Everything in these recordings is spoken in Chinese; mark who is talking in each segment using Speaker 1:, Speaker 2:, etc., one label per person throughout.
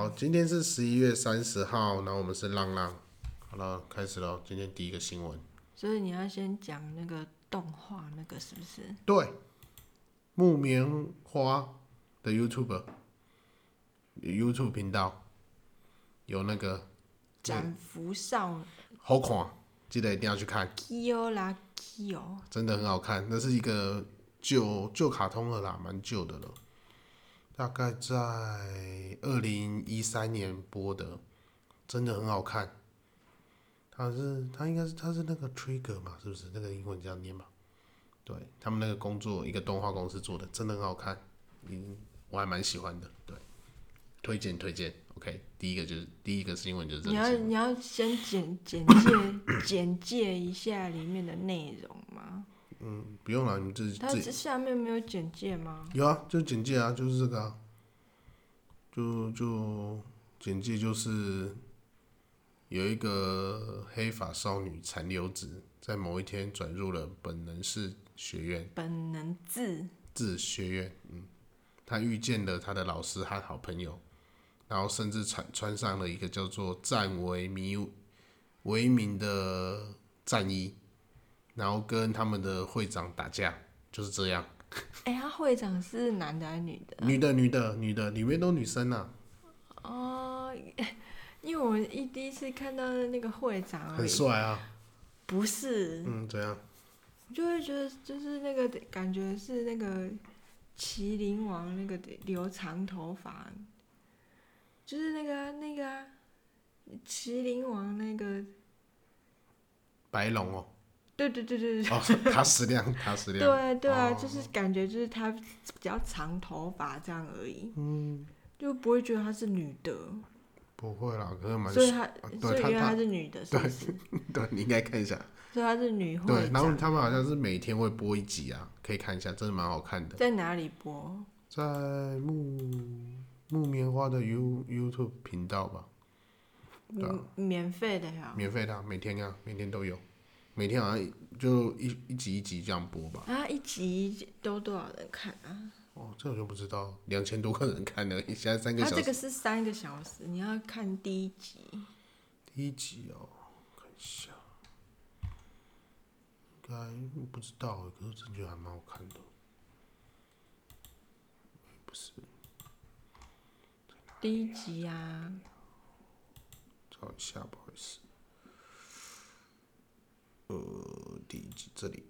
Speaker 1: 好，今天是十一月三十号，然后我们是浪浪。好了，开始喽。今天第一个新闻，
Speaker 2: 所以你要先讲那个动画那个是不是？
Speaker 1: 对，木棉花的 YouTube YouTube 频道有那个
Speaker 2: 斩福少
Speaker 1: 好看，记得一定要去看，
Speaker 2: Kyo 啦 Kyo，
Speaker 1: 真的很好看。那是一个旧旧卡通了啦，蛮旧的了，大概在二零一三年播的，真的很好看。它是它应该是它是那个 Trigger 嘛，是不是？那个英文这样念嘛？对他们那个工作一个动画公司做的，真的很好看，嗯，我还蛮喜欢的。对，推荐推荐。OK，第一个就是第一个新闻就是这
Speaker 2: 你
Speaker 1: 个
Speaker 2: 要
Speaker 1: 新闻。
Speaker 2: 你要先简简介 简介一下里面的内容吗？
Speaker 1: 嗯，不用了，你自己
Speaker 2: 它
Speaker 1: 自己
Speaker 2: 这下面没有简介吗？
Speaker 1: 有啊，就简介啊，就是这个啊，就就简介就是有一个黑发少女残留子，在某一天转入了本能寺学院
Speaker 2: 本能字
Speaker 1: 自学院，嗯，她遇见了她的老师和好朋友，然后甚至穿穿上了一个叫做战为迷为民的战衣，然后跟他们的会长打架，就是这样。
Speaker 2: 哎、他会长是男的还是女的？
Speaker 1: 女的，女的，女的，里面都女生啊，
Speaker 2: 哦，因为我一第一次看到那个会长而
Speaker 1: 很
Speaker 2: 已，
Speaker 1: 帅啊。
Speaker 2: 不是，
Speaker 1: 嗯，怎样？
Speaker 2: 我就会觉得就是那个感觉是那个麒麟王那个留长头发，就是那个啊那个啊，麒麟王那个，
Speaker 1: 白龙哦，
Speaker 2: 对对对对对。
Speaker 1: 哦，他食量，他食量。
Speaker 2: 嗯对对啊，
Speaker 1: 哦
Speaker 2: 就是感觉就是她比较长头发这样而已，嗯，就不会觉得她是女的，
Speaker 1: 不会啦，可是蛮
Speaker 2: 所以她
Speaker 1: 对
Speaker 2: 所以
Speaker 1: 她
Speaker 2: 原来
Speaker 1: 她
Speaker 2: 她是女的，是不是？
Speaker 1: 对，你应该看一下。
Speaker 2: 所以她是女
Speaker 1: 对
Speaker 2: 会，
Speaker 1: 然后
Speaker 2: 长，
Speaker 1: 他们好像是每天会播一集啊，可以看一下，真的蛮好看的。
Speaker 2: 在哪里播？
Speaker 1: 在木木棉花的 You YouTube 频道吧，对啊
Speaker 2: 免免费的呀？
Speaker 1: 免费的啊、每天啊，每天都有，每天好像就一一集一集这样播吧。
Speaker 2: 啊，一集都多少人看啊？
Speaker 1: 哦，这我就不知道，两千多个人看而已，现在三个
Speaker 2: 它
Speaker 1: 小
Speaker 2: 这
Speaker 1: 时
Speaker 2: 个是三个小时，你要看第一集。
Speaker 1: 第一集哦，看一下，应该不知道欸，可是真觉得还蛮好看的。
Speaker 2: 第一集啊，
Speaker 1: 找一下，不好意思。呃，第一集这里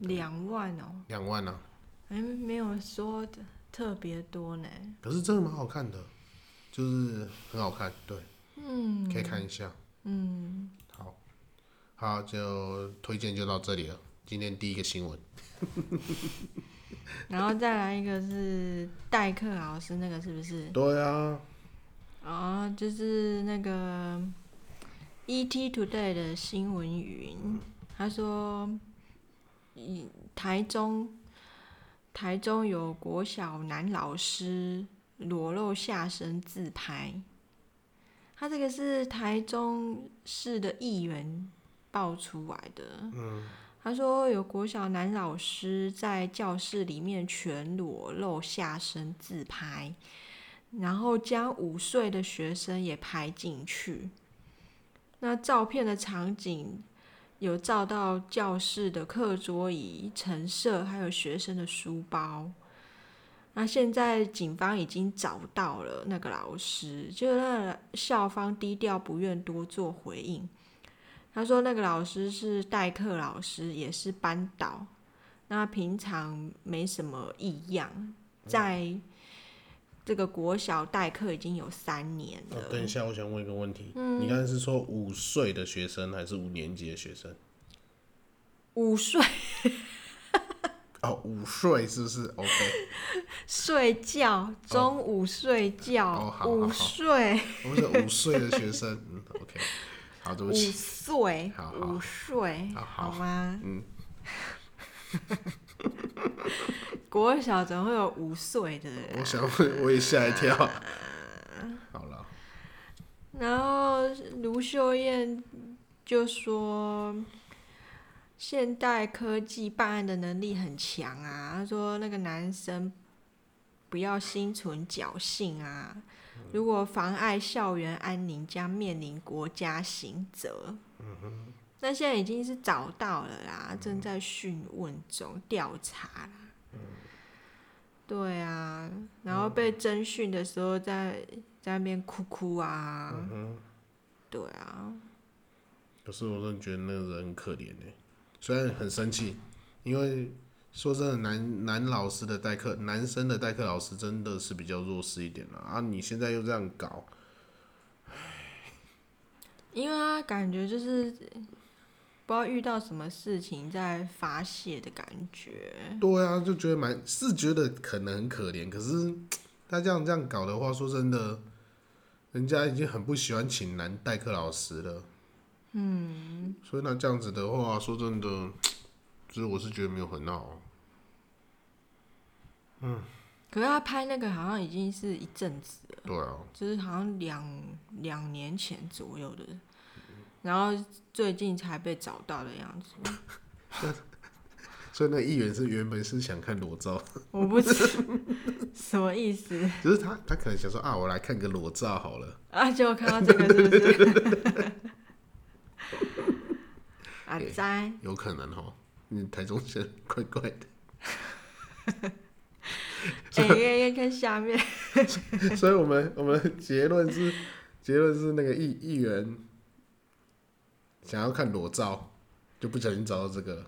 Speaker 2: 两万哦，
Speaker 1: 两万啊，
Speaker 2: 哎，没有说的特别多呢。
Speaker 1: 可是真的蛮好看的，就是很好看，对，嗯，可以看一下，嗯，好，好，就推荐就到这里了。今天第一个新闻，
Speaker 2: 然后再来一个是代课老师那个是不是？
Speaker 1: 对啊，
Speaker 2: 哦，就是那个 ET Today 的新闻云，他说，以台中台中有国小男老师裸露下身自拍，他这个是台中市的议员爆出来的。嗯，他说有国小男老师在教室里面全裸露下身自拍。然后将五岁的学生也拍进去。那照片的场景有照到教室的课桌椅、陈设，还有学生的书包。那现在警方已经找到了那个老师，就那校方低调，不愿多做回应。他说那个老师是代课老师，也是班导，那平常没什么异样，在这个国小代课已经有三年了。
Speaker 1: 啊等一下，我想问一个问题，你刚才是说五岁的学生还是五年级的学生？
Speaker 2: 午睡
Speaker 1: 哦，五岁是不是？OK，
Speaker 2: 睡觉，中午睡
Speaker 1: 哦
Speaker 2: 觉
Speaker 1: 好，好
Speaker 2: 午、
Speaker 1: 好
Speaker 2: 睡，
Speaker 1: 我是五岁的学生，嗯，OK，好，对
Speaker 2: 午
Speaker 1: 不起，
Speaker 2: 睡
Speaker 1: 好，好
Speaker 2: 午睡，
Speaker 1: 好好
Speaker 2: 吗？
Speaker 1: 嗯。
Speaker 2: 国小怎么会有午睡的人？
Speaker 1: 我想问，我也吓一跳。好了，
Speaker 2: 然后卢秀燕就说，现代科技办案的能力很强啊。她说那个男生不要心存侥幸啊！如果妨碍校园安宁，将面临国家刑责。那现在已经是找到了啦，正在讯问中调查啦。对啊，然后被侦讯的时候在在那边哭哭啊，对啊，
Speaker 1: 可是我真的觉得那个人很可怜哎、虽然很生气，因为说真的，男男老师的代课，男生的代课老师真的是比较弱势一点了啊！你现在又这样搞，
Speaker 2: 因为他感觉就是不知道遇到什么事情在发泄的感觉，
Speaker 1: 对啊，就觉得蛮是觉得可能很可怜，可是他这样这样搞的话，说真的，人家已经很不喜欢请男代课老师了。嗯，所以那这样子的话，说真的，就是我是觉得没有很好。
Speaker 2: 可是他拍那个好像已经是一阵子了，
Speaker 1: 对啊，
Speaker 2: 就是好像两两年前左右的，然后最近才被找到的样子，
Speaker 1: 所以那议员是原本是想看裸照，
Speaker 2: 我不知什么意思
Speaker 1: 只是他他可能想说啊，我来看个裸照好了。
Speaker 2: 啊，结果看到这个是不是？啊， 在。
Speaker 1: 有可能哦，你台中县怪怪的，
Speaker 2: 哎、欸，看下面，
Speaker 1: 所以我们我们的结论是 结论是那个议议员想要看裸照，就不小心找到这个，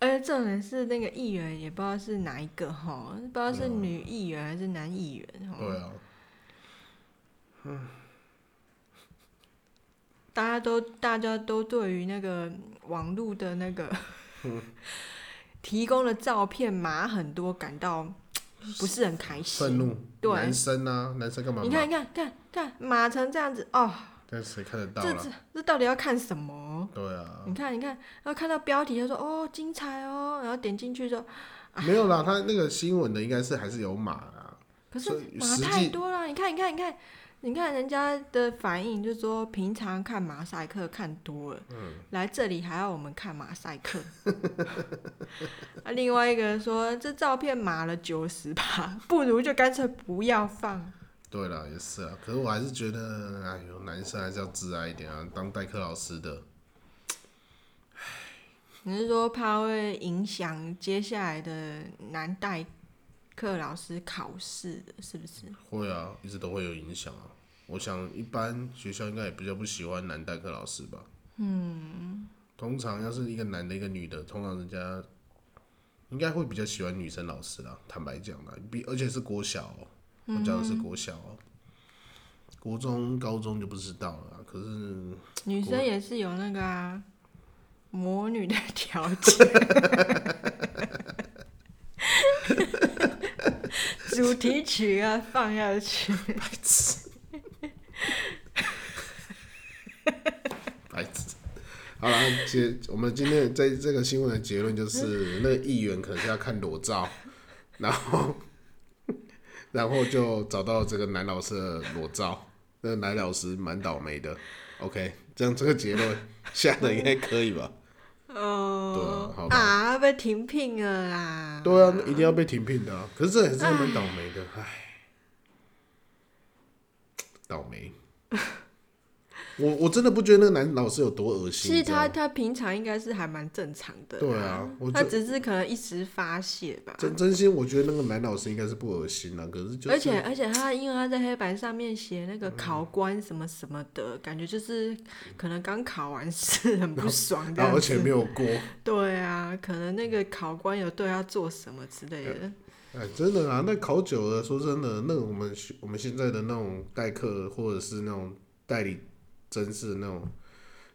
Speaker 2: 而且重点是那个议员也不知道是哪一个哈，不知道是女议员还是男议员哈，
Speaker 1: 啊对啊，
Speaker 2: 大家都大家都对于那个网络的 那个提供的照片码很多感到不是很开
Speaker 1: 愤
Speaker 2: 心。
Speaker 1: 怒，
Speaker 2: 对
Speaker 1: 男生啊，男生干嘛
Speaker 2: 你看，
Speaker 1: 骂？
Speaker 2: 你看，看看码成这样子哦，
Speaker 1: 但谁看得到
Speaker 2: 这
Speaker 1: 啦？
Speaker 2: 这这到底要看什么？
Speaker 1: 对啊，
Speaker 2: 你看，你看，然后看到标题就说哦精彩哦，然后点进去说，
Speaker 1: 没有啦，他那个新闻的应该是还是有码啊，
Speaker 2: 可是
Speaker 1: 所以
Speaker 2: 码
Speaker 1: 实
Speaker 2: 太
Speaker 1: 际
Speaker 2: 多了，你看，你看，你看，你看人家的反应，就是说平常看马赛克看多了，
Speaker 1: 嗯
Speaker 2: 来这里还要我们看马赛克。 啊，另外一个人说这照片码了九十吧， 不如就干脆不要放。
Speaker 1: 对啦，也是啊，可是我还是觉得，哎呦，男生还是要自爱一点啊，当代课老师的，
Speaker 2: 你是说怕会影响接下来的男代课老师考试的，是不是？
Speaker 1: 会啊，一直都会有影响啊。我想一般学校应该也比较不喜欢男代课老师吧。嗯，通常要是一个男的，一个女的，通常人家应该会比较喜欢女生老师啦。坦白讲啦，比而且是国小、哦，我讲的是国小、哦，国中、高中就不知道了啦。可是
Speaker 2: 女生也是有那个啊，魔女的条 件。主题曲啊，放下去。
Speaker 1: 白痴。好啦，结我们今天在这个新闻的结论就是，那个议员可能是要看裸照，然后然后就找到这个男老师的裸照，那个男老师蛮倒霉的。OK，这样这个结论下的应该可以吧？
Speaker 2: 哦
Speaker 1: 对啊好吧
Speaker 2: 啊，被停聘了啦。
Speaker 1: 对啊，一定要被停聘的、啊。可是这也是蛮倒霉的，唉，倒霉。 我我真的不觉得那个男老师有多恶心。
Speaker 2: 其实
Speaker 1: 你知道吗
Speaker 2: 他他平常应该是还蛮正常的啦。
Speaker 1: 对啊我
Speaker 2: 他
Speaker 1: 就
Speaker 2: 只是可能一时发泄吧。
Speaker 1: 真真心，我觉得那个男老师应该是不恶心啊，可是就是嗯
Speaker 2: 而且而且他因为他在黑板上面写那个考官什么什么的，感觉就是可能刚考完试很不爽这
Speaker 1: 然后
Speaker 2: 样
Speaker 1: 啊而
Speaker 2: 子
Speaker 1: 且没有过，
Speaker 2: 对啊，可能那个考官有对他做什么之类的。
Speaker 1: 哎，真的啊，那考久了，说真的，那个我们学我们现在的那种代课或者是那种代理真是那种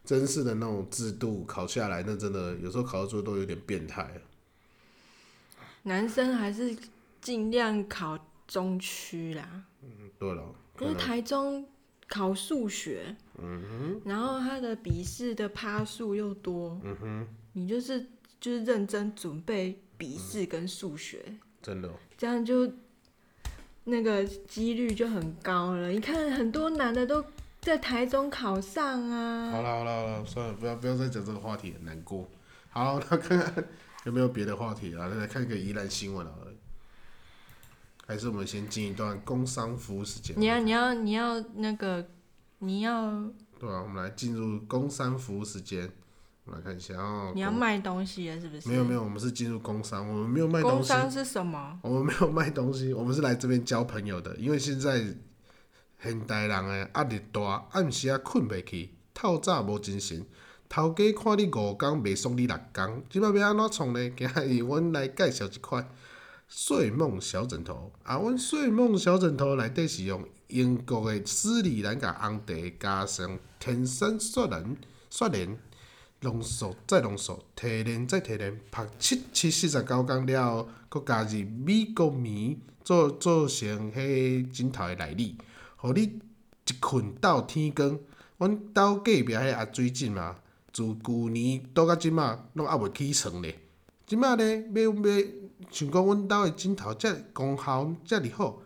Speaker 1: 真是的那种制度考下来，那真的有时候考到最后都有点变态。
Speaker 2: 男生还是尽量考中区啦，
Speaker 1: 嗯，对了，可
Speaker 2: 因为
Speaker 1: 能
Speaker 2: 台中考数学，嗯然后他的笔试的趴数又多，嗯哼，你就是就是认真准备笔试跟数学，
Speaker 1: 真的哦
Speaker 2: 这样就那个几率就很高了。你看很多男的都在台中考上啊，
Speaker 1: 好了好了好了，算了，不要不要再讲这个话题，很难过。好，那看看有没有别的话题啊？来看个宜兰新闻好了。还是我们先进一段工商服务时间？
Speaker 2: 你要你要你要那个，你要
Speaker 1: 对啊，我们来进入工商服务时间，我们来看一下哦。
Speaker 2: 你要
Speaker 1: 工
Speaker 2: 卖东西了是不是？
Speaker 1: 没有没有，我们是进入工商，我们没有卖东
Speaker 2: 工
Speaker 1: 西，
Speaker 2: 商是什么？
Speaker 1: 我们没有卖东西，我们是来这边交朋友的。因为现在现代人诶压力大，暗时啊困袂去，透早无精神。头家看你五工，袂爽你六工，即摆要安怎创呢？今 日阮来介绍一款睡梦小枕头。啊，阮睡梦小枕头内底是用英国诶斯里兰卡红茶加上天山雪莲雪莲浓缩再浓缩，提炼再提炼，晒七七四十九天了后，佮加入美国棉做做成迄枕头的内里，互你一困到天光。阮兜隔壁迄阿水井嘛，自旧年倒到即马，拢还袂起床咧。即马咧要要想讲，阮兜的枕头遮功效遮尔好，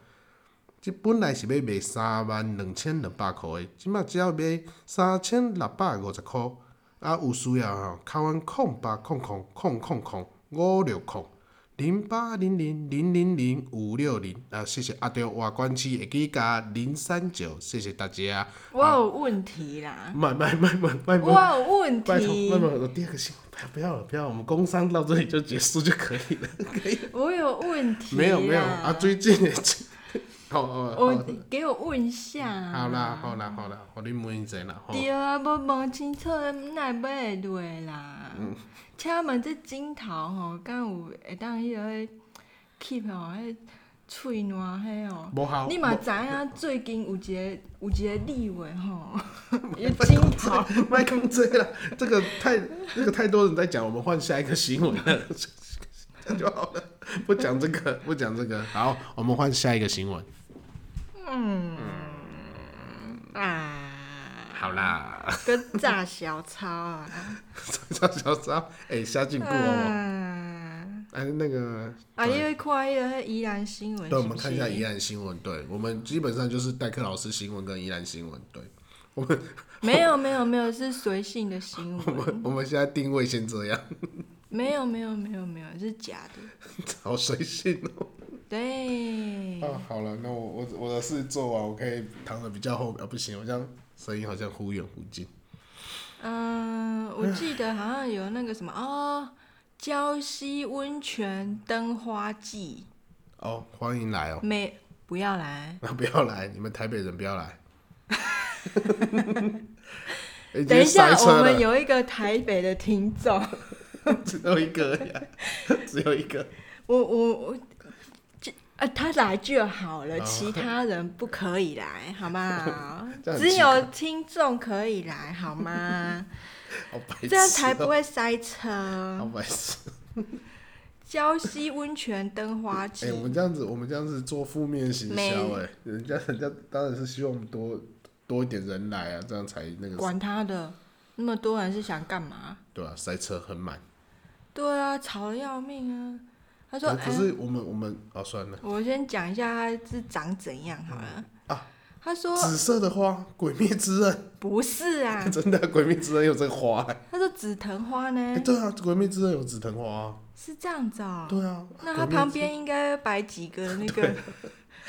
Speaker 1: 即本来是要卖三万两千两百箍的，即马只要卖三千六百五十箍。啊，有需要吼，敲阮空八空空空空空五六空零八零零零零零五六零啊，谢谢啊，对，外关区会记加零三九，谢谢大家。
Speaker 2: 我有问题啦！
Speaker 1: 卖卖卖卖卖
Speaker 2: 我
Speaker 1: 卖，
Speaker 2: 有问
Speaker 1: 拜托
Speaker 2: 题
Speaker 1: 卖，卖，我第二个信，不要不要了不要，我们工商到这里就结束就可以 了，可以。
Speaker 2: 我有问题。
Speaker 1: 没有没有啊，，最近的， 好好好
Speaker 2: 我，给我问一下。啊
Speaker 1: 好啦。好啦好啦，互你问一下啦，吼，
Speaker 2: 对啊，无问清楚，哪会买会落啦？
Speaker 1: 嗯
Speaker 2: 请问这枕头吼，敢有会当迄个 keep 吼，迄喙暖迄哦？
Speaker 1: 无效。
Speaker 2: 你嘛知影最近有一个有一个立委吼， 有枕头，
Speaker 1: 麦克这个啦，这个太这个太多人在讲，我们换下一个新闻了， 这样就好了，不讲这个，不讲这个，好，我们换下一个新闻。
Speaker 2: 嗯啊，
Speaker 1: 好啦，
Speaker 2: 搁炸小抄啊！
Speaker 1: 小小张，哎、下禁锢哦，
Speaker 2: 嗯，
Speaker 1: 哎、那个，
Speaker 2: 啊，你会看迄个宜兰新闻？
Speaker 1: 对，我
Speaker 2: 是不
Speaker 1: 们看一下
Speaker 2: 是
Speaker 1: 宜兰新闻，对我们基本上就是代课老师新闻跟宜兰新闻，对我们
Speaker 2: 没有没有没有，是随性的新
Speaker 1: 我
Speaker 2: 闻。
Speaker 1: 们我们现在定位先这样，
Speaker 2: 没有没有没有没有，是假的。
Speaker 1: 好随性哦。
Speaker 2: 对，
Speaker 1: 啊，好了，那我我我的事做完，我可以躺的比较后，啊，不行，我这样声音好像忽远忽近。
Speaker 2: 嗯、我记得好像有那个什么哦，礁溪温泉灯花季，
Speaker 1: 哦，欢迎来哦。
Speaker 2: 没不要来。
Speaker 1: 那不要来，你们台北人不要 来。哎已经
Speaker 2: 等一下
Speaker 1: 塞，车
Speaker 2: 我们
Speaker 1: 了，
Speaker 2: 有一个台北的听众，
Speaker 1: 只有一个而已啊，只有一个。
Speaker 2: 我我我，这啊，他来就好了，
Speaker 1: 哦
Speaker 2: 其他人不可以来，好吗
Speaker 1: 这？样很
Speaker 2: 只
Speaker 1: 奇
Speaker 2: 有听众可以来，好吗？
Speaker 1: 好白痴、喔，
Speaker 2: 这样才不会塞
Speaker 1: 好
Speaker 2: 车。
Speaker 1: 白痴。
Speaker 2: 礁溪温泉灯花季
Speaker 1: 哎、，我们这样子，我们这样子做负面行销、
Speaker 2: 没
Speaker 1: 哎，人家人家当然是希望我们多多一点人来啊，这样才那个
Speaker 2: 管他的，那么多人是想干嘛？
Speaker 1: 对啊，塞车很满。
Speaker 2: 对啊，吵得要命啊！他说：“哎、
Speaker 1: 可是我们我们哦，算了，
Speaker 2: 我先讲一下他是长怎样好了。
Speaker 1: 啊
Speaker 2: 他说
Speaker 1: 紫色的花，《鬼灭之刃》，
Speaker 2: 不是 啊
Speaker 1: 真的，《鬼灭之刃》有这个花、哎
Speaker 2: 他说紫藤花
Speaker 1: 哎、
Speaker 2: 呢
Speaker 1: 对啊，《鬼灭之刃》有紫藤花、啊，
Speaker 2: 是这样子嗯哦、
Speaker 1: 对啊。
Speaker 2: 那
Speaker 1: 鬼
Speaker 2: 他
Speaker 1: 灭
Speaker 2: 旁
Speaker 1: 之
Speaker 2: 边应该摆 几个那个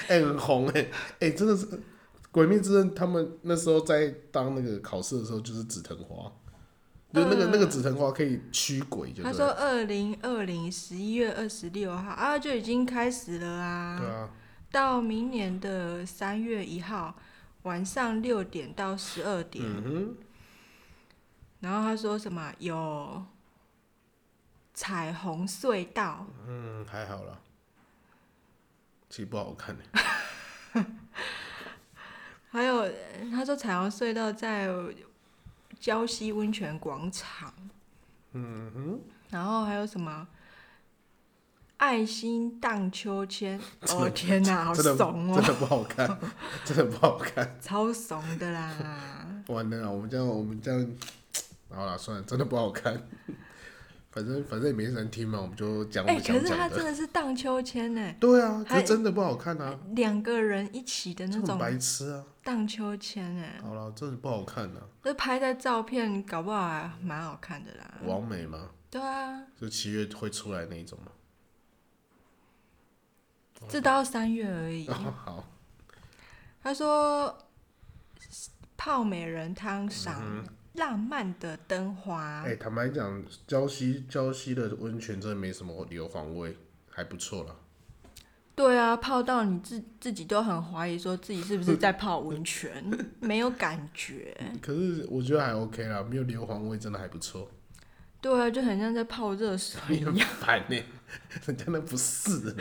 Speaker 1: 哎、很红哎、哎、真的是《鬼灭之刃》，他们那时候在当那个考试的时候，就是紫藤花，就那个、那个紫藤花可以驱鬼就，
Speaker 2: 嗯他
Speaker 1: 对
Speaker 2: 说
Speaker 1: 了。
Speaker 2: 二零二零十一月二十六号啊，就已经开始了啊，
Speaker 1: 对啊，
Speaker 2: 到明年的三月一号晚上六点到十二点。
Speaker 1: 嗯哼，
Speaker 2: 然后他说什么有彩虹隧道，
Speaker 1: 嗯，还好啦，其实不好看、欸、
Speaker 2: 还有呃他说彩虹隧道在礁溪温泉广场，
Speaker 1: 嗯哼，
Speaker 2: 然后还有什么爱心荡秋千，
Speaker 1: 真的
Speaker 2: 哦天哪，好
Speaker 1: 真的
Speaker 2: 怂
Speaker 1: 真
Speaker 2: 哦，
Speaker 1: 的不好看， 真的不好看，
Speaker 2: 超怂的啦。
Speaker 1: 完了，我们这样我们这样，好啦，算了，真的不好看。 反正反正也没人听嘛，我们就 讲我
Speaker 2: 哎、
Speaker 1: 们
Speaker 2: 可
Speaker 1: 想
Speaker 2: 是
Speaker 1: 讲
Speaker 2: 他
Speaker 1: 的。
Speaker 2: 真的是荡秋千呢、
Speaker 1: 对啊，可
Speaker 2: 还
Speaker 1: 是真的不好看啊，
Speaker 2: 两个人一起的
Speaker 1: 这
Speaker 2: 那
Speaker 1: 很
Speaker 2: 种
Speaker 1: 白痴啊。
Speaker 2: 荡秋千哎、
Speaker 1: 好了，真的不好看啊呐、
Speaker 2: 那拍在照片，搞不好还蛮好看的啦。
Speaker 1: 完美吗？
Speaker 2: 对啊，
Speaker 1: 就七月会出来那一种吗？
Speaker 2: 这到三月 而已。
Speaker 1: 好，
Speaker 2: 他说，泡美人汤赏浪漫的灯
Speaker 1: 嗯
Speaker 2: 花。
Speaker 1: 哎、坦白讲，礁溪礁溪的温泉真的没什么硫磺味，还不错啦。
Speaker 2: 对啊，泡到你自自己都很怀疑，说自己是不是在泡温 泉，没有感觉。
Speaker 1: 可是我觉得还 OK 啦，没有硫磺味真的还不错。
Speaker 2: 对啊，就很像在泡热水一 样。
Speaker 1: 烦呢、人家那不是。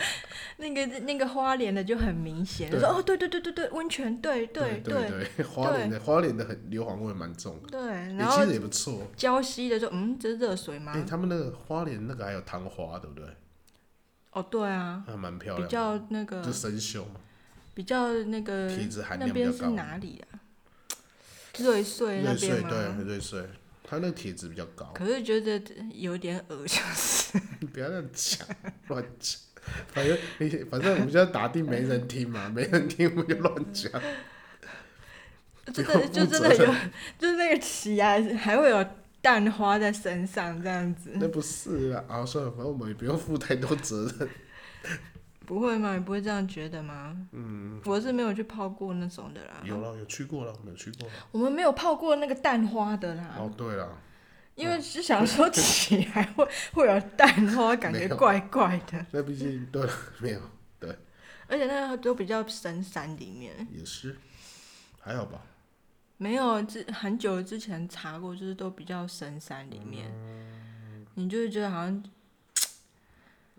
Speaker 2: 那个那个花莲的就很明显，
Speaker 1: 对
Speaker 2: 说哦，对对对对对，温泉，对对
Speaker 1: 对对， 花莲的花莲的很硫磺味蛮重的，
Speaker 2: 对。
Speaker 1: 也
Speaker 2: 然
Speaker 1: 其
Speaker 2: 后
Speaker 1: 实也不错。
Speaker 2: 礁溪的说，嗯，这是热水吗
Speaker 1: 哎、？他们那个花莲那个还有昙花，对不对？
Speaker 2: 哦，对啊，
Speaker 1: 还蛮哎漂亮
Speaker 2: 比
Speaker 1: 的，
Speaker 2: 较那
Speaker 1: 就
Speaker 2: 个
Speaker 1: 生锈嘛，
Speaker 2: 比较那个
Speaker 1: 体脂含
Speaker 2: 那
Speaker 1: 量比较
Speaker 2: 边是
Speaker 1: 高。
Speaker 2: 哪里啊？瑞穗那
Speaker 1: 瑞穗
Speaker 2: 边
Speaker 1: 对
Speaker 2: 吗？
Speaker 1: 瑞穗，它那个体脂比较高。
Speaker 2: 可是觉得有点恶心，就是
Speaker 1: 你 不要这样讲，乱讲。反正你反正我们现在打定没人听 嘛，没人听我们就乱讲。
Speaker 2: 真
Speaker 1: 不
Speaker 2: 的
Speaker 1: 用
Speaker 2: 就
Speaker 1: 负
Speaker 2: 真
Speaker 1: 责
Speaker 2: 的有
Speaker 1: 任，
Speaker 2: 就是那个起来还会有蛋花在身上这样子，
Speaker 1: 那不是啦，啊，算了，反正我们也不用负太多责任。
Speaker 2: 不会吗？你不会这样觉得吗？嗯，我是没有去泡过那种的啦。
Speaker 1: 有了，有去过了，我们有去过了。
Speaker 2: 我们没有泡过那个蛋花的啦，
Speaker 1: 哦，对了，
Speaker 2: 因为是想说起来会 会有蛋花，感
Speaker 1: 没
Speaker 2: 觉
Speaker 1: 有
Speaker 2: 怪怪的，
Speaker 1: 那毕竟对了，没有，对，
Speaker 2: 而且那个都比较深山里面，
Speaker 1: 也是，还好吧。
Speaker 2: 没有之很久之前查过，就是都比较深山里面，
Speaker 1: 嗯
Speaker 2: 你就会觉得好像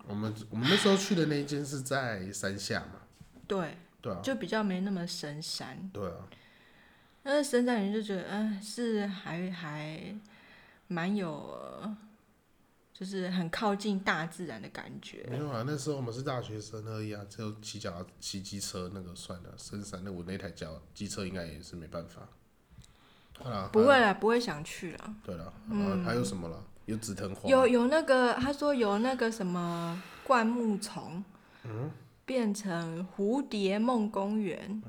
Speaker 1: 我们我们那时候去的那一间是在山下嘛，
Speaker 2: 对，
Speaker 1: 对啊，
Speaker 2: 就比较没那么深山，
Speaker 1: 对啊，
Speaker 2: 但是深山里面就觉得嗯、是还还蛮有，就是很靠近大自然的感觉，
Speaker 1: 没有啊，那时候我们是大学生而已啊，只有骑脚踏骑机车那个算了，深山那我那台脚机车应该也是没办法。好啦，
Speaker 2: 不
Speaker 1: 还
Speaker 2: 会啦，不会想去啦。
Speaker 1: 有，对了，啊，还有什么了？有紫藤花，
Speaker 2: 有有那个，他说有那个什么灌木丛，变成蝴蝶梦公园，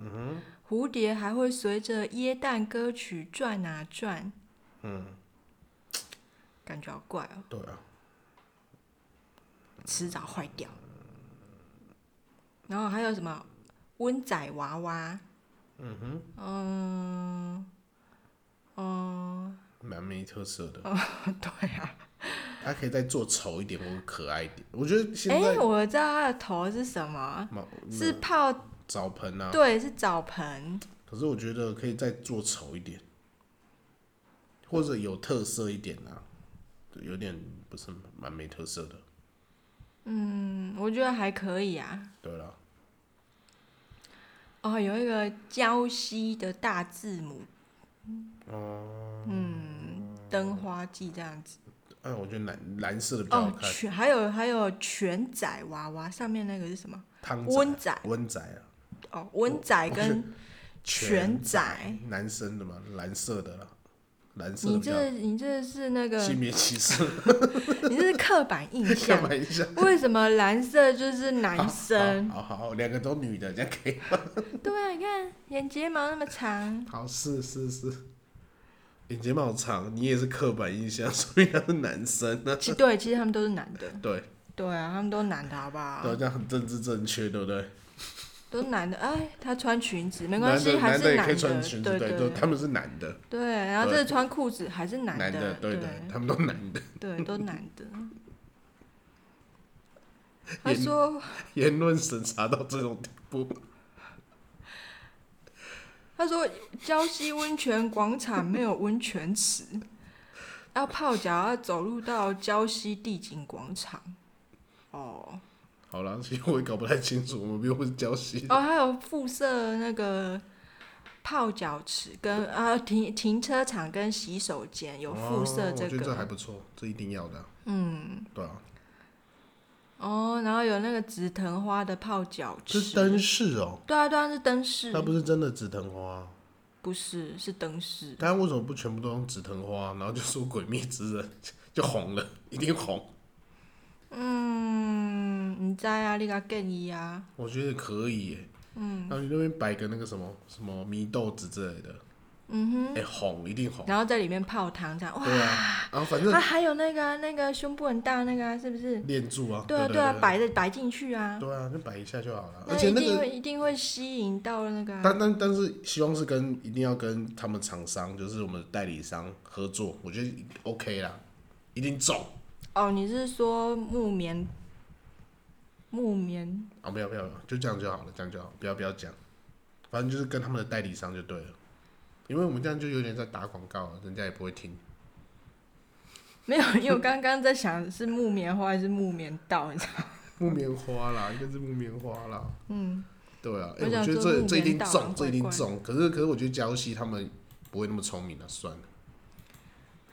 Speaker 2: 蝴蝶还会随着椰蛋歌曲转啊转，嗯，感觉好怪哦，
Speaker 1: 对啊，
Speaker 2: 迟早坏掉。然后还有什么温仔娃娃，嗯哼，嗯
Speaker 1: 蛮没特色的，
Speaker 2: 嗯，对啊，
Speaker 1: 它可以再做丑一点或可爱一点。我觉得现
Speaker 2: 哎、
Speaker 1: 在嗯
Speaker 2: 我知道它的头是什么，
Speaker 1: 嘛
Speaker 2: 是泡
Speaker 1: 澡盆啊，
Speaker 2: 对，是澡盆。
Speaker 1: 可是我觉得可以再做丑一点，或者有特色一点啊，有点不是蛮没特色的。
Speaker 2: 嗯，我觉得还可以啊。
Speaker 1: 对了，
Speaker 2: 哦，有一个礁溪的大字母。
Speaker 1: 哦
Speaker 2: 嗯，灯花季这样子。
Speaker 1: 哎，我觉得蓝蓝色的比较好
Speaker 2: 哦，
Speaker 1: 看，
Speaker 2: 全还有还有全仔娃娃，上面那个是什么？
Speaker 1: 汤仔
Speaker 2: 温仔
Speaker 1: 温仔啊，
Speaker 2: 哦，温仔跟全
Speaker 1: 全
Speaker 2: 仔。
Speaker 1: 男生的嘛，蓝色的啦，蓝色的
Speaker 2: 你
Speaker 1: 比较
Speaker 2: 这你这是那个，
Speaker 1: 性别歧视，
Speaker 2: 你这是刻板印
Speaker 1: 开
Speaker 2: 象。
Speaker 1: 玩笑。
Speaker 2: 为什么蓝色就是 男生？
Speaker 1: 好好好，两个都女的，这样可以。
Speaker 2: 对啊，你看眼睫毛那么长，
Speaker 1: 好，是是是，眼睫毛长，你也是刻板印象，所以他是男生啊。
Speaker 2: 其对，其实他们都是男的。
Speaker 1: 对，
Speaker 2: 对啊，他们都男的，好不好？
Speaker 1: 对，啊这样很政治正确，对不对？
Speaker 2: 都是男的，哎，他穿裙子没关系，
Speaker 1: 男的
Speaker 2: 还
Speaker 1: 男的
Speaker 2: 是
Speaker 1: 也
Speaker 2: 男
Speaker 1: 可
Speaker 2: 的，
Speaker 1: 以穿裙子，
Speaker 2: 对
Speaker 1: 对，
Speaker 2: 对
Speaker 1: 就他们是男的，
Speaker 2: 对然后
Speaker 1: 对
Speaker 2: 这穿裤子还是男
Speaker 1: 的，对
Speaker 2: 对
Speaker 1: 的，他们都男的。
Speaker 2: 对，都男的。他
Speaker 1: 也
Speaker 2: 说，
Speaker 1: 言论审查到这种地步，
Speaker 2: 他说礁溪温泉广场没有温泉池，要泡脚要走路到礁溪地景广场。哦
Speaker 1: 好啦，其实我也搞不太清楚，我们又不是教习。
Speaker 2: 哦，还有附设那个泡脚池跟啊停停车场跟洗手间有附设
Speaker 1: 哦我觉得
Speaker 2: 个。
Speaker 1: 这还不错，这一定要的啊。嗯，对啊，
Speaker 2: 哦，然后有那个紫藤花的泡脚
Speaker 1: 这是
Speaker 2: 池，
Speaker 1: 灯饰哦，
Speaker 2: 对啊，对啊，是灯饰，
Speaker 1: 那不是真的紫藤花。
Speaker 2: 不是是灯饰，
Speaker 1: 但为什么不全部都用紫藤花，然后就说《鬼灭之刃》 就红了，一定红。
Speaker 2: 嗯，你在啊，你个建议啊，
Speaker 1: 我觉得可以耶。嗯，然后你那边摆个那个什么什么祢豆子之类的，
Speaker 2: 嗯
Speaker 1: 哎、红一定红
Speaker 2: 哼，，然后在里面泡汤这样，哇，
Speaker 1: 对啊，然后反正
Speaker 2: 啊，还有那个啊那个胸部很大那个啊，是不是？
Speaker 1: 练住啊，
Speaker 2: 对啊，
Speaker 1: 对
Speaker 2: 对啊，摆的摆进去啊，
Speaker 1: 对啊，就摆一下就好了，而
Speaker 2: 那
Speaker 1: 且
Speaker 2: 一
Speaker 1: 那
Speaker 2: 定
Speaker 1: 个。
Speaker 2: 会一定会吸引到那个啊
Speaker 1: 但但但是，希望是跟一定要跟他们厂商，就是我们的代理商合作，我觉得 OK 啦，一定中
Speaker 2: 哦，你是说木棉？木棉
Speaker 1: 啊！不要不要，就这样就好了，这样就好，不要不要讲，反正就是跟他们的代理商就对了，因为我们这样就有点在打广告啊了，人家也不会听。
Speaker 2: 没有，因为我刚刚在想是木棉花还是木棉道，你知道吗？
Speaker 1: 木棉花啦，应该是木棉花啦。
Speaker 2: 嗯，
Speaker 1: 对啊，哎、
Speaker 2: 我想
Speaker 1: 我觉得
Speaker 2: 说
Speaker 1: 这
Speaker 2: 木
Speaker 1: 这一定
Speaker 2: 棉道
Speaker 1: 中
Speaker 2: 啊，
Speaker 1: 这一定
Speaker 2: 怪怪
Speaker 1: 中。可是可是，我觉得嘉熙他们不会那么聪明了、算了。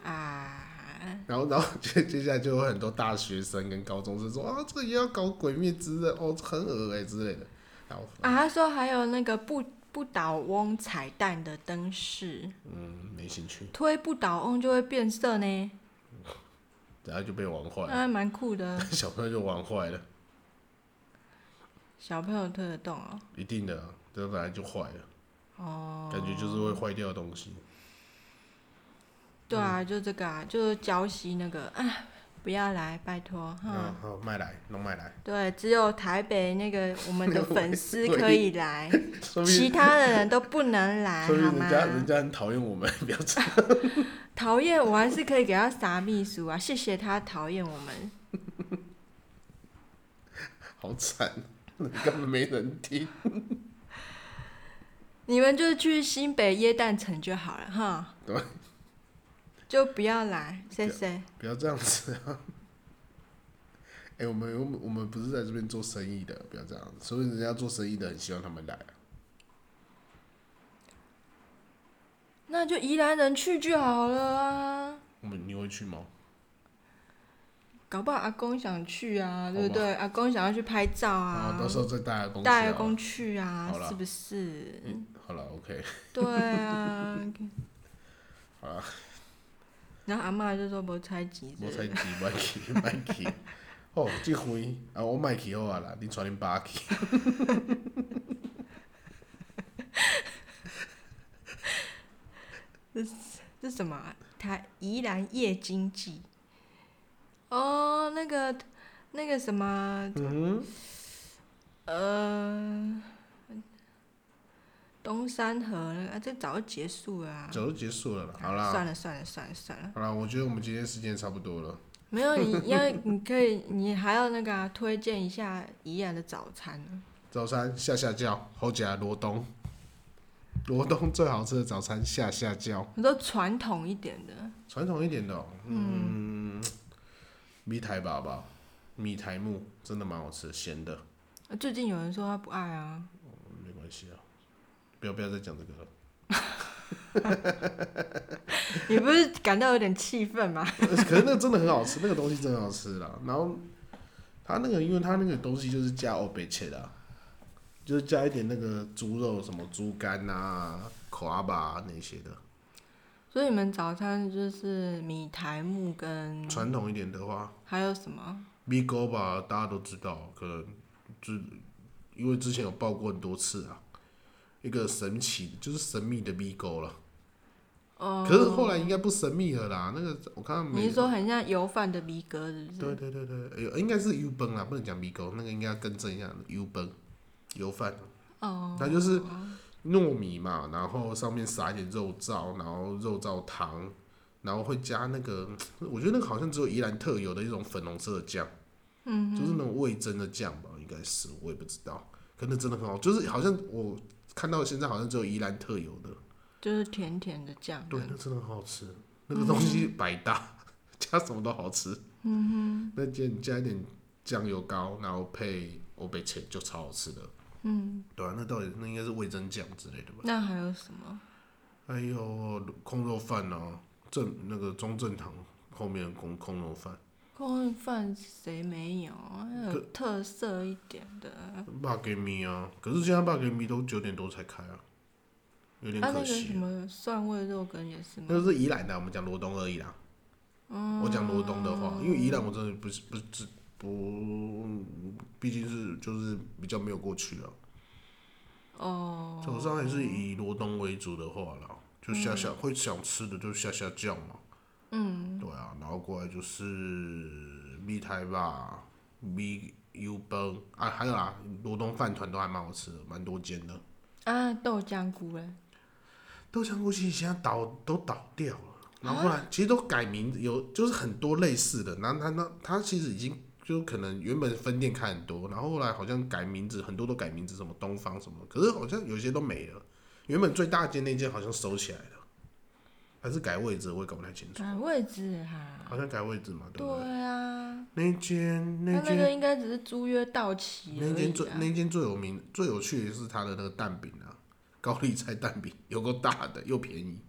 Speaker 1: 啊
Speaker 2: 啊，
Speaker 1: 然后，然后接接下来就有很多大学生跟高中生说啊，这个也要搞鬼灭之刃哦，很恶哎、之类的。然后，
Speaker 2: 啊，他说还有那个不不倒翁彩蛋的灯饰，
Speaker 1: 嗯，没兴趣，
Speaker 2: 推不倒翁就会变色呢，
Speaker 1: 然后就被玩坏
Speaker 2: 那
Speaker 1: 了，，
Speaker 2: 还蛮酷的
Speaker 1: 小朋友就玩坏了，
Speaker 2: 小朋友推得动哦。
Speaker 1: 一定的、啊，这本来就坏了，
Speaker 2: 哦，
Speaker 1: 感觉就是会坏掉的东西。
Speaker 2: 对
Speaker 1: 嗯
Speaker 2: 啊，就这个啊，就是胶西那个啊，不要来，拜托哈。
Speaker 1: 嗯，好，卖来，弄卖来，
Speaker 2: 对，只有台北那个我们的
Speaker 1: 我
Speaker 2: 粉丝可以来，
Speaker 1: 说
Speaker 2: 其
Speaker 1: 明
Speaker 2: 他的人都不能来，
Speaker 1: 说明
Speaker 2: 啊好
Speaker 1: 人家人
Speaker 2: 吗？
Speaker 1: 家很讨厌我们， 不要这样。
Speaker 2: 讨厌我还是可以给他撒秘书啊，谢谢他讨厌我们。
Speaker 1: 好惨，根本没人听。
Speaker 2: 你们就去新北耶诞城就好了哈。
Speaker 1: 对。
Speaker 2: 就不要来，谢谢。
Speaker 1: 不要这样子啊！ 哎、我们我们我们不是在这边做生意的，不要这样。所以人家做生意的很希望他们来啊，
Speaker 2: 那就宜兰人去就好了啊。
Speaker 1: 我们你会去吗？
Speaker 2: 搞不好阿公想去啊，对
Speaker 1: 好
Speaker 2: 不
Speaker 1: 吧
Speaker 2: 对？阿公想要去拍照啊
Speaker 1: 啊，，到时候再带阿公司啊。
Speaker 2: 带阿公去啊
Speaker 1: 好，啦嗯
Speaker 2: 是不是？
Speaker 1: 好了，OK，
Speaker 2: 对啊。
Speaker 1: 好啦，
Speaker 2: 然后阿嬷就说无采集，
Speaker 1: 莫 猜忌，莫去，莫去。哦，这回啊，我莫去好啊啦，你带恁爸去。
Speaker 2: 这是什么啊？台宜兰夜经济。哦，那个那个什么，
Speaker 1: 嗯
Speaker 2: 呃，东山河那个、啊，这早就结束了啊。
Speaker 1: 早就结束了啦，好啦，
Speaker 2: 算了算了算了算了，
Speaker 1: 好啦，我觉得我们今天时间差不多了。
Speaker 2: 没有你，因为你可以，你还要那个、啊、推荐一下宜兰的早餐呢。
Speaker 1: 早餐下下叫，后加罗东，罗东最好吃的早餐下下叫。
Speaker 2: 你说传统一点的，
Speaker 1: 传统一点的、哦，嗯，米苔粑吧，米苔木真的蛮好吃的，咸的，
Speaker 2: 最近有人说他不爱啊，
Speaker 1: 嗯没关系啊，不要不要再讲这个了。
Speaker 2: 你不是感到有点气愤吗？
Speaker 1: 可是那个真的很好吃，那个东西真的很好吃啦。然后它那个，因为它那个东西就是加欧贝切的啊，就是加一点那个猪肉，什么猪肝啊、口阿巴那些的。
Speaker 2: 所以你们早餐就是米苔木跟
Speaker 1: 传统一点的话，
Speaker 2: 还有什么？
Speaker 1: 米糕吧，大家都知道，可能之因为之前有报过很多次啊，一个神奇就是神秘的米糕了。
Speaker 2: 哦，
Speaker 1: 可是后来应该不神秘了啦，那个我看到
Speaker 2: 你
Speaker 1: 没
Speaker 2: 是。说很像油饭的逼格是不是？
Speaker 1: 对对对对，哎呦，应该是 U 崩啦，不能讲米糕，那个应该要更正一下 U 崩油饭，
Speaker 2: 哦，
Speaker 1: 它就是糯米嘛，然后上面撒一点肉燥，然后肉燥糖，然后会加那个，我觉得那个好像只有宜兰特有的一种粉红色的酱。
Speaker 2: 嗯
Speaker 1: 就是
Speaker 2: 哼，
Speaker 1: 那种味增的酱吧，应该是，我也不知道。可那真的很好，就是好像我看到现在好像只有宜兰特有的，
Speaker 2: 就是甜甜的酱。
Speaker 1: 对，那真的很好吃，那个东西百搭， 加什么都好吃。嗯哼，那加加一点酱油膏，然后配欧贝切就超好吃的。
Speaker 2: 嗯，
Speaker 1: 对啊，那到底那应该是味增酱之类的吧？
Speaker 2: 那还有什么？
Speaker 1: 还有空肉饭哦，正那个中正堂后面的空空肉饭，
Speaker 2: 空运饭谁没有啊？要有
Speaker 1: 可
Speaker 2: 特色一点的。
Speaker 1: 爸给米啊，可是现在爸给米都九点多才开啊，有点
Speaker 2: 啊，
Speaker 1: 可
Speaker 2: 那个
Speaker 1: 惜
Speaker 2: 什。么蒜味肉羹也是
Speaker 1: 那
Speaker 2: 吗？
Speaker 1: 个是宜兰的，我们讲罗东而已啦。我讲罗东的
Speaker 2: 哦
Speaker 1: 话，因为宜兰我真的不是不是不，毕竟是就是比较没有过去了。
Speaker 2: 哦，
Speaker 1: 早上还是以罗东为主的话啦，就下下、会想吃的就下下酱嘛。
Speaker 2: 嗯，
Speaker 1: 对啊，然后过来就是米苔吧，米油崩啊，还有啊，罗东饭团都还蛮好吃的，蛮多间的。
Speaker 2: 啊，豆浆菇嘞，
Speaker 1: 豆浆锅其实现在倒都倒掉了，然后后来其实都改名，有就是很多类似的，然后它那它其实已经就可能原本分店开很多，然后后来好像改名字，很多都改名字，什么东方什么，可是好像有些都没了。原本最大间那间好像收起来了，还是改位置，我也搞不太清楚，
Speaker 2: 啊，位置哈，
Speaker 1: 好像改位置嘛，对不对？
Speaker 2: 对啊，
Speaker 1: 那一间
Speaker 2: 他
Speaker 1: 那
Speaker 2: 那
Speaker 1: 间
Speaker 2: 个应该只是租约到期而
Speaker 1: 那间
Speaker 2: 已
Speaker 1: 最
Speaker 2: 啊。
Speaker 1: 那间最有名、最有趣的是它的那个蛋饼啊，高丽菜蛋饼，有够大的又便宜，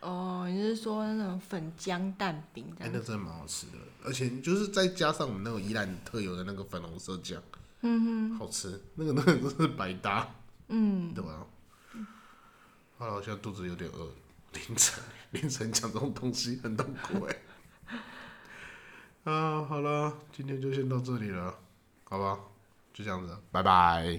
Speaker 2: 哦，你是说那种粉浆蛋饼这
Speaker 1: 哎、
Speaker 2: 样
Speaker 1: 那
Speaker 2: 子？
Speaker 1: 真的蛮好吃的，而且就是再加上我们那个宜兰特有的那个粉红色酱，嗯哼，好吃，那个那个真是百搭，嗯，对吧？好了，我现在肚子有点饿，凌晨凌晨讲这种东西很痛苦哎、啊，好了，今天就先到这里了，好吧，就这样子，拜拜。